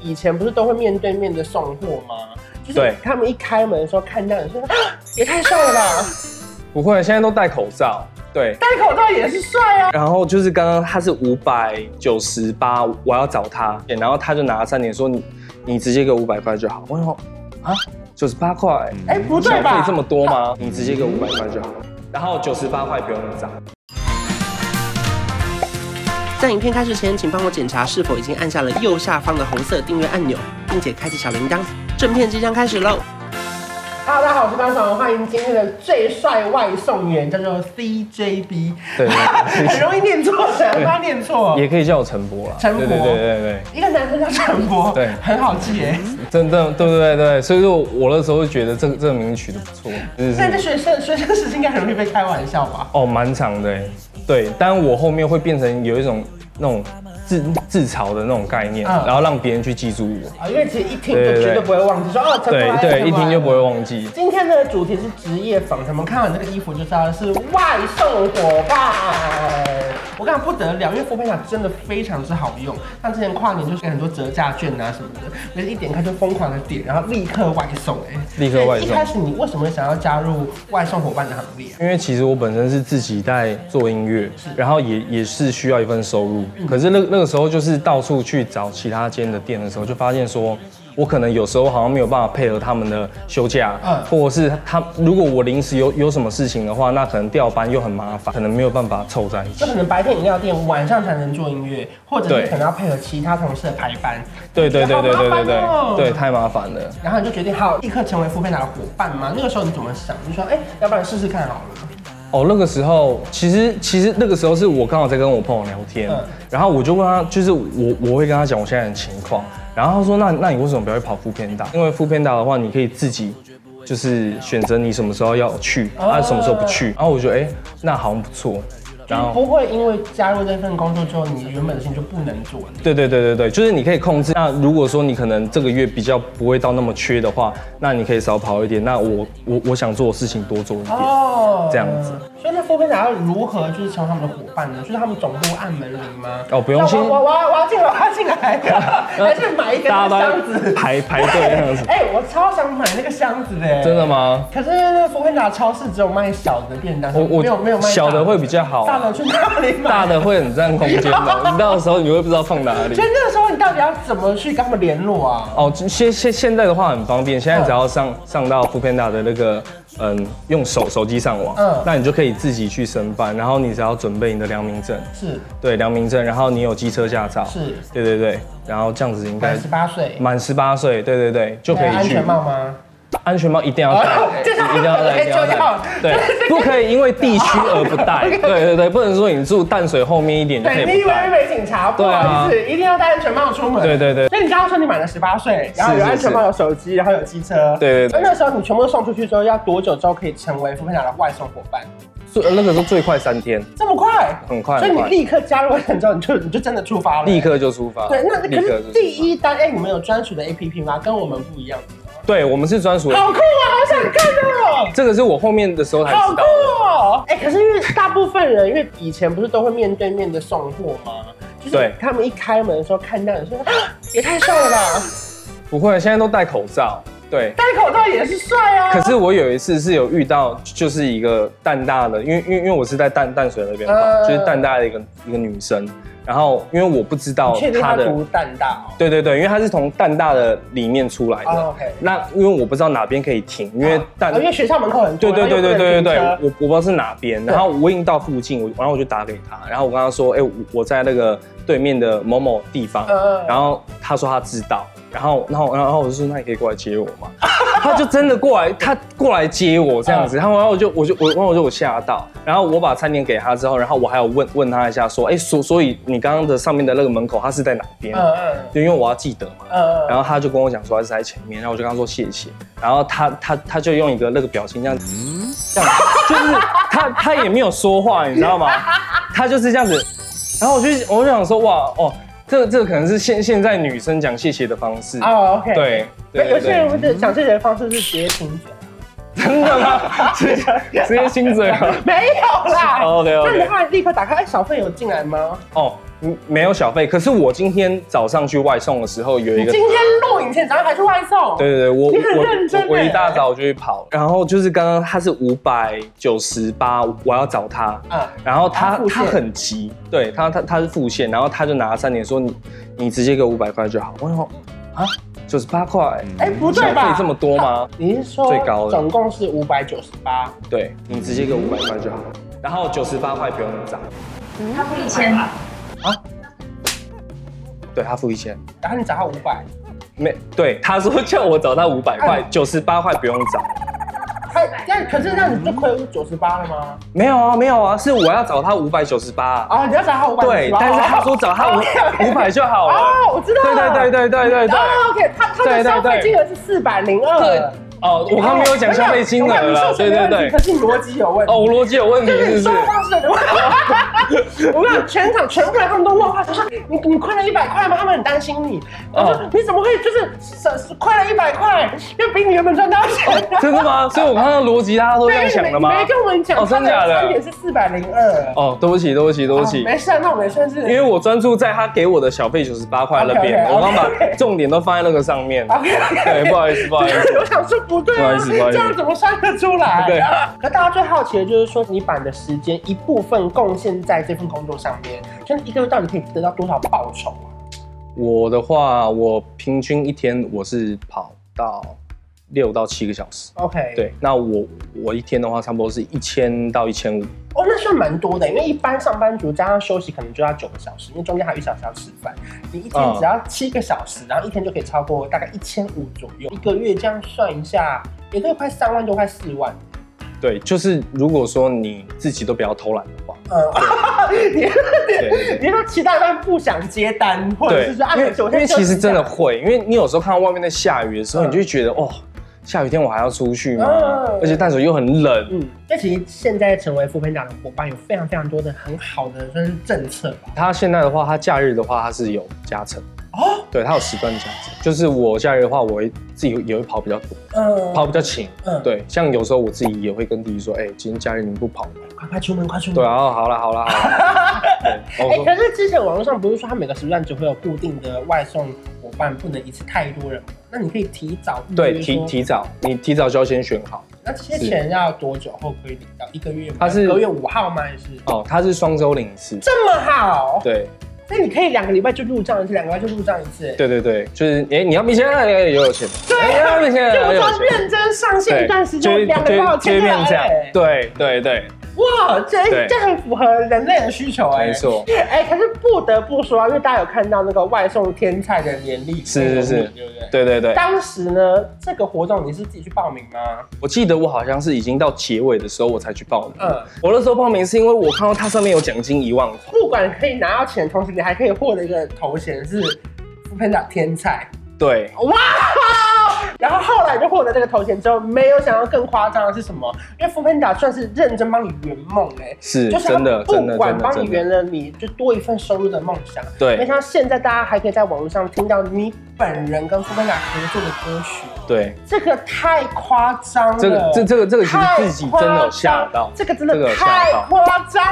以前不是都会面对面的送货吗？就是对他们一开门的时候看到你说、啊、 也太帅了吧，不会，现在都戴口罩。对，戴口罩也是帅啊。然后就是刚刚他是五百九十八，我要找他，然后他就拿了三点说你你直接给我五百块就好。我想说啊，九十八块，哎、不对小费吧？这么多吗？你直接给我五百块就好。然后九十八块不用找。在影片开始前，请帮我检查是否已经按下了右下方的红色订阅按钮，并且开启小铃铛。正片即将开始喽！Hello，大家好，我是班爽，欢迎今天的最帅外送员，叫做 CJB，对很容易念错的，不要念错。也可以叫我陈博啦。陈博对对对对对，一个男生叫陈博，对很好记耶。真的对对对对，所以说我那时候就觉得这个这个名字取得不错，就是但在学生学生时期应该很容易被开玩笑吧？哦蛮长的欸，对，但我后面会变成有一种那种自自嘲的那种概念，嗯然后让别人去记住我，啊，因为其实一听对就对对绝对不会忘记，说哦，陈博对来对，一听就陈不。博会来忘记。今天的主题是职业访谈，我们看完这个衣服就知道是外送伙伴。我跟你讲不得了，因为佛配卡真的非常之好用。像之前跨年就是有很多折价券啊什么的，每次一点开就疯狂的点，然后立刻外送、哎，立刻外所送以一开始你为什么会想要加入外送伙伴的行列？啊因为其实我本身是自己在做音乐，然后也也是需要一份收入。嗯可是那那个时候就是到处去找其他间的店的时候，就发现说，我可能有时候好像没有办法配合他们的休假，嗯或者是他如果我临时有有什么事情的话，那可能调班又很麻烦，可能没有办法凑在一起就。可能白天饮料店，晚上才能做音乐，或者对是可能要配合其他同事的排班。对对对对对对好麻烦哦对，对太麻烦了。然后你就决定好立刻成为富佩达的伙伴吗？那个时候你怎么想？就说哎、要不然试试看好了。哦，那个时候其实其实那个时候是我刚好在跟我朋友聊天，嗯然后我就问他，就是我我会跟他讲我现在的情况，然后他说那那你为什么不要去跑副片大？因为副片大的话，你可以自己就是选择你什么时候要去，哦啊什么时候不去。然后我觉得哎、那好像不错，就然是后。不会因为加入这份工作之后，你原本的事情就不能做了。对对对对对，就是你可以控制。那如果说你可能这个月比较不会到那么缺的话，那你可以少跑一点。那我我我想做的事情多做一点。哦，这样子。所以那富佩达要如何就是成为他们的伙伴呢？就是他们总部按门铃吗？哦不用那先我我我要我要进来，我要进 来，还是买一个那个大家箱都在子。排排队那样子 哎、我超想买那个箱子的、哎真的吗？可是那福芬达超市只有卖小的便当，我我没有没有卖大小的会比较好啊大的去哪里买？大的会很占空间 的，你到时啊候你会不知道放哪里所以。那个时候你到底要怎么去跟他们联络啊？哦，现现现在的话很方便，现在只要嗯上上到 f o o p a n d a 的那个，嗯，用手手机上网，嗯那你就可以自己去申办，然后你只要准备你的良民证，是对，良民证，然后你有机车驾照，是，对对对，然后这样子应该满十八岁，满十八岁，对对对，就可戴以安去全。帽吗？安全帽一定要戴哦，这是一定要戴，一定要就要戴， 对，不可以因为地区而不戴，对对对，不能说你住淡水后面一点就可哦对，以你以不为戴，没警察？不对啊好意思，一定要戴安全帽出门。对对对。那你刚刚说你满了十八岁，然后有是是安全帽、是有手机，然后有机车。对对对那那时候你全部送出去之后，要多久之后可以成为福佩达的外送伙伴？最那个时候最快三天，这么快？很快所以很你快立刻加入完之后，你就你就真的出发了。立刻就出发。对，那可立刻是就出发第一单，哎、你们有专属的 APP 吗？跟我们不一样，对我们是专属的。好酷啊，好想看哦，这个是我后面的时候才好知酷道的。哦！哎、可是因为大部分人，因为以前不是都会面对面的送货吗？就是对他们一开门的时候看到你说，啊，也太帅了吧，不会，现在都戴口罩。对。戴口罩也是帅啊。可是我有一次是有遇到，就是一个淡大的，因为因为因为我是在淡淡水那边嘛，嗯就是淡大的一个一个女生，然后因为我不知道你确定她他的，读蛋大哦？对对对，因为她是从淡大的里面出来的，哦，OK 那因为我不知道哪边可以停，因为淡啊因为学校门口很多，对对然后对又不能对停对对对，车我我不知道是哪边，然后我已经到附近，我然后我就打给他，然后我跟他说，哎、我我在那个对面的某某地方嗯嗯嗯，然后他说他知道，然后然后然后我就说，那你可以过来接我吗？ 他就真的过来，他过来接我这样子，然后然后我就我就我然后我就我吓到，然后我把餐点给他之后，然后我还有问问他一下说，哎、所所以你刚刚的上面的那个门口，他是在哪边？嗯嗯就因为我要记得嘛，嗯嗯，然后他就跟我讲说他是在前面，然后我就跟他说谢谢，然后他他他就用一个那个表情这样子，这样子就是他他也没有说话，你知道吗？ 他就是这样子，然后我就我就想说哇哦，这个这个可能是现现在女生讲谢谢的方式，哦，OK，对那对有对些对，人的讲这些方式是直接停 止。真的吗？直接直接亲嘴了。 没有啦。啊 OK，OK 那你后来立刻打开，哎，小费有进来吗？哦，嗯没有小费，可是我今天早上去外送的时候有一你个今天录影前早上还去外送，对对对，我你很认真我我我欸一大早就去跑，然后就是刚刚他是五百九十八，我要找他，嗯然后他他付他现很急，对他他他是付现，然后他就拿了三点说你你直接给我五百块就好，我想说啊九十八块，哎、不小对费吧？这么多吗？你是说最高的总共是五百九十八？对你直接给我五百块就好，然后九十八块不用找，嗯他付一千，对他付一千，然后你找他五百，没对他说叫我找他五百啊块，九十八块不用找。他但可是那你就亏九十八了吗？没有啊，没有啊，是我要找他五百九十八。啊，你要找他五百，对，但是他说找他五五百就好哦，了。我知道，对对对对对对对。哦，OK，他他的对对消费对金额是四百零二，哦对哦，我刚没有讲消费金额了，对对可对。是你逻辑有问题。哦，我逻辑有问题就是是你不说是？话方式有点问题。 我跟你讲，全场全部人他们都问话，说你你亏了一百块吗？他们很担心你。我说哦你怎么会就是是亏了一百块，又比你原本赚到钱？真的吗？所以我刚刚逻辑大家都这样想的吗没？没跟我们讲，哦真的假的三点是四百零二。哦，对不起，对不起，对不起啊。没事啊，那我们算是因为我专注在他给我的小费九十八块那边， OK，OK，OK 我刚把重点都放在那个上面。 OK，对，不好意思，不好意思。我想说不对不好啊意，思不好意这思样怎么算得出来？对。可大家最好奇的就是说，你把你的时间一部分贡献在这份工作上面，就是一个月到底可以得到多少报酬啊？我的话，我平均一天我是跑到六到七个小时。 OK，，对，那我我一天的话，差不多是一千到一千五。哦，那算蛮多的，因为一般上班族加上休息可能就要九个小时，因为中间还有一小时要吃饭。你一天嗯只要七个小时，然后一天就可以超过大概一千五左右，一个月这样算一下，也可以快三万多，快四万。对，就是如果说你自己都不要偷懒的话，嗯，你对对 你说期待但不想接单，或者是对说啊，对，因我为现在休因为息其一下实真的会，因为你有时候看到外面在下雨的时候，嗯你就会觉得哦，下雨天我还要出去吗嗯？而且淡水又很冷，嗯，那其实现在成为副班长的伙伴有非常非常多的很好的算是政策吧。他现在的话，他假日的话，他是有加成。哦，对他有时段加成，就是我假日的话，我会自己也会跑比较多，嗯，跑比较勤。嗯，，对，像有时候我自己也会跟弟弟说，哎、今天假日你不跑吗？快快出门，快出门。对啊，哦好啦好啦好啦。对，哦哎、我说可是之前网络上不是说他每个时段只会有固定的外送伙伴，不能一次太多人吗？那你可以提早预约对提说。提早，你提早就要先选好。那这些钱要多久后可以领到？一个月吗？它是隔月五号吗？还是哦，他是双周领一次。这么好？对那你可以两个礼拜就入账一次，两个礼拜就入账一次。对对对，就是哎、你要明显哎也有钱，对哎啊，你要明显就也我有要钱。认真上线一段时就间，两个礼拜我钱就来变这样了。，对对对，哇，这对这很符合人类的需求哎、没错哎、可是不得不说啊，因为大家有看到那个外送天菜的年历，是是是对不对？对对对。当时呢，这个活动你是自己去报名吗？我记得我好像是已经到结尾的时候我才去报名，嗯，我那时候报名是因为我看到它上面有奖金一万块。不管可以拿到钱，同时你还可以获得一个头衔是副班长天才，对，哇！然后后来就获得这个头衔之后，没有想到更夸张的是什么？因为副班长算是认真帮你圆梦哎、是就是他真的，真不的，管真帮的，你真的。圆了你就多一份收入的梦想。对没想到现在大家还可以在网络上听到你本人跟副班长合作的歌曲，对，这个太夸张了。这个这这个这个其实太自己真的有吓夸张到，这个真这个的有吓太到夸张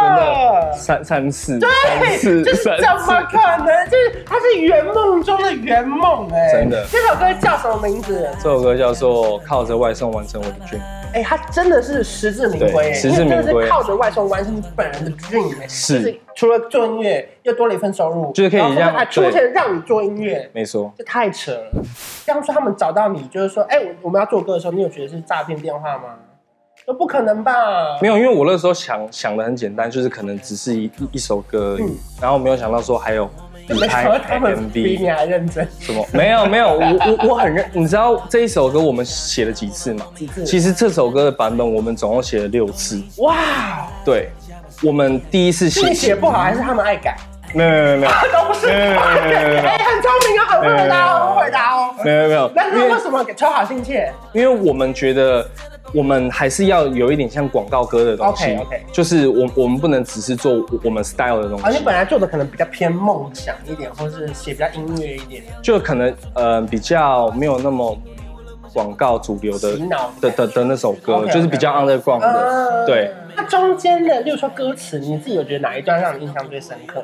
真了的。三三次，对三，次，就是三怎么次。可能？就是它是圆梦中的圆梦哎、真的这首歌叫什么名字？这首歌叫做《靠着外送完成我的 dream》，哎、它真的是实至名归、对哎实至名因归为真的是靠着外送完成你本人的 dream，、哎是就是除了做音乐，又多了一份收入，就是可以然后让还出钱让你做音乐，没错，这太扯了。当初他们找到你，就是说，哎、我我们要做歌的时候，你有觉得是诈骗电话吗？都不可能吧？没有，因为我那时候想想的很简单，就是可能只是一一首歌而已嗯，然后没有想到说还有 没你想拍到他们比你 MV 还认真，什么？没有没有，我我我很认，你知道这一首歌我们写了几次吗？几次其实这首歌的版本我们总共写了六次，哇！对，我们第一次是写你写不好，还是他们爱改？没有没有 没有没有。都不是。哎，很聪明啊，很会回答哦，很会回答哦。没有没有，那因那为为什么给抽好心切？因为我们觉得我们还是要有一点像广告歌的东西 OK，OK 就是我我们不能只是做我们 style 的东啊，你西，本来做的可能比较偏梦想一点，或是写比较音乐一点。就可能呃比较没有那么广告主流的洗脑的的的那首歌， OK，OK 呃就是比较 underground 嗯的，对。。那中间的，例如说歌词，你自己有觉得哪一段让你印象最深刻，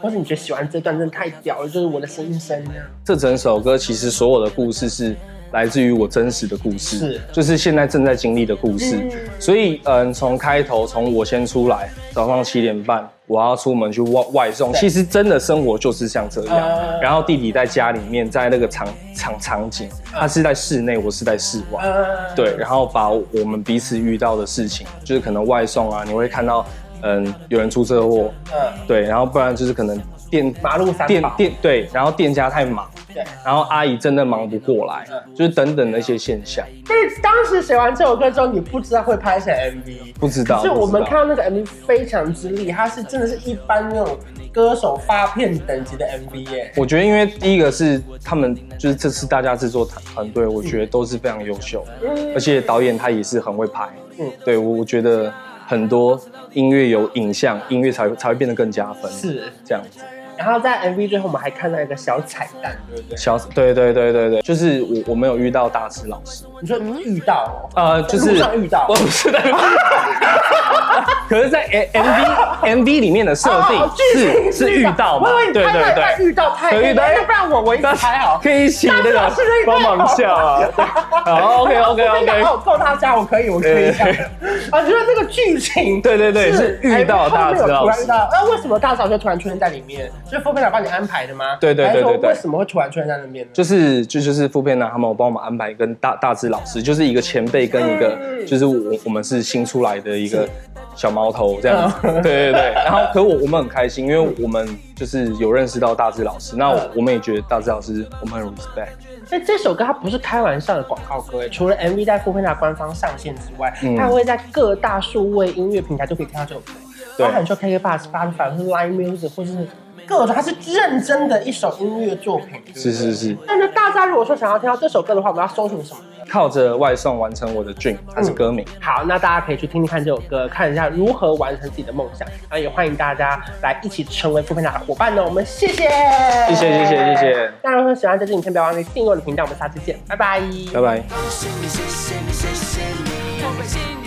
或者你觉得喜欢这段真的太屌了，就是我的心声这样？这整首歌其实所有的故事是来自于我真实的故事，是就是现在正在经历的故事。所以，嗯，从开头从我先出来，早上七点半我要出门去外外送，对其实真的生活就是像这样。嗯然后弟弟在家里面，在那个场场场景，啊他是在室内，我是在室外。呃，对，然后把我们彼此遇到的事情，就是可能外送啊，你会看到，嗯，有人出车祸，嗯，对，然后不然就是可能店马路三店宝，店对，然后店家太忙，对。然后阿姨真的忙不过来，嗯就是等等的一些现象，但是当时写完这首歌之后，你不知道会拍成 MV。不知道。所以我们不知看道到那个 MV 非常之厉害，它是真的是一般那种歌手发片等级的 MV 耶。我觉得因为第一个是他们就是这次大家制作团团队，我觉得都是非常优秀，而且导演他也是很会拍，嗯嗯，对我我觉得很多音乐有影像，音乐才会才会变得更加分，是，这样子。然后在 MV 最后我们还看到一个小彩蛋，对不对？小对对对对对，就是我我们有遇到大师老师，你说你遇到、哦，呃，就是路上遇到我不是的， 可是在 M M V M V 里面的设哦定剧情是是遇到嘛我以为，你对拍对太快对，遇到太可以黑了，的要不然我我一直拍好。可以一起那大个师老师遇到帮忙一下 啊，对 好 OK OK 我跟你讲 OK，哦，够大家，我可以，我可以。对对对啊，就是这个剧情，哎对对对是遇到大师指导突老然师遇到，那为什么大师老师突然出现在里面？是副班长帮你安排的吗？对对对还是说对对为什么会突然出现在那边呢？就是就就是副片长啊他们有帮我们安排一个大大志老师，就是一个前辈跟一个就是我我们是新出来的一个小毛头这样子，对 对对。然后可我我们很开心，因为我们就是有认识到大志老师，那我们也觉得大志老师我们很 respect。所以这首歌它不是开玩笑的广告歌，除了 MV 在富佩达官方上线之外，嗯它会在各大数位音乐平台都可以听到这首歌，对包含说 KK Bus、Spotify 或是 Line Music 或是各种，它是认真的一首音乐作品。对不对是是是，但是大家如果说想要听到这首歌的话，我们要搜寻什么？靠着外送完成我的 dream，它是歌名。好，那大家可以去听听看这首歌，看一下如何完成自己的梦想，然后也欢迎大家来一起成为富佩达的伙伴哦呢。我们谢谢，谢谢谢谢谢谢。那如果说喜欢这支影片，不要忘记订阅我的频道，我们下次见，拜拜，拜拜拜。都是你，谢谢你，谢谢你，我会尽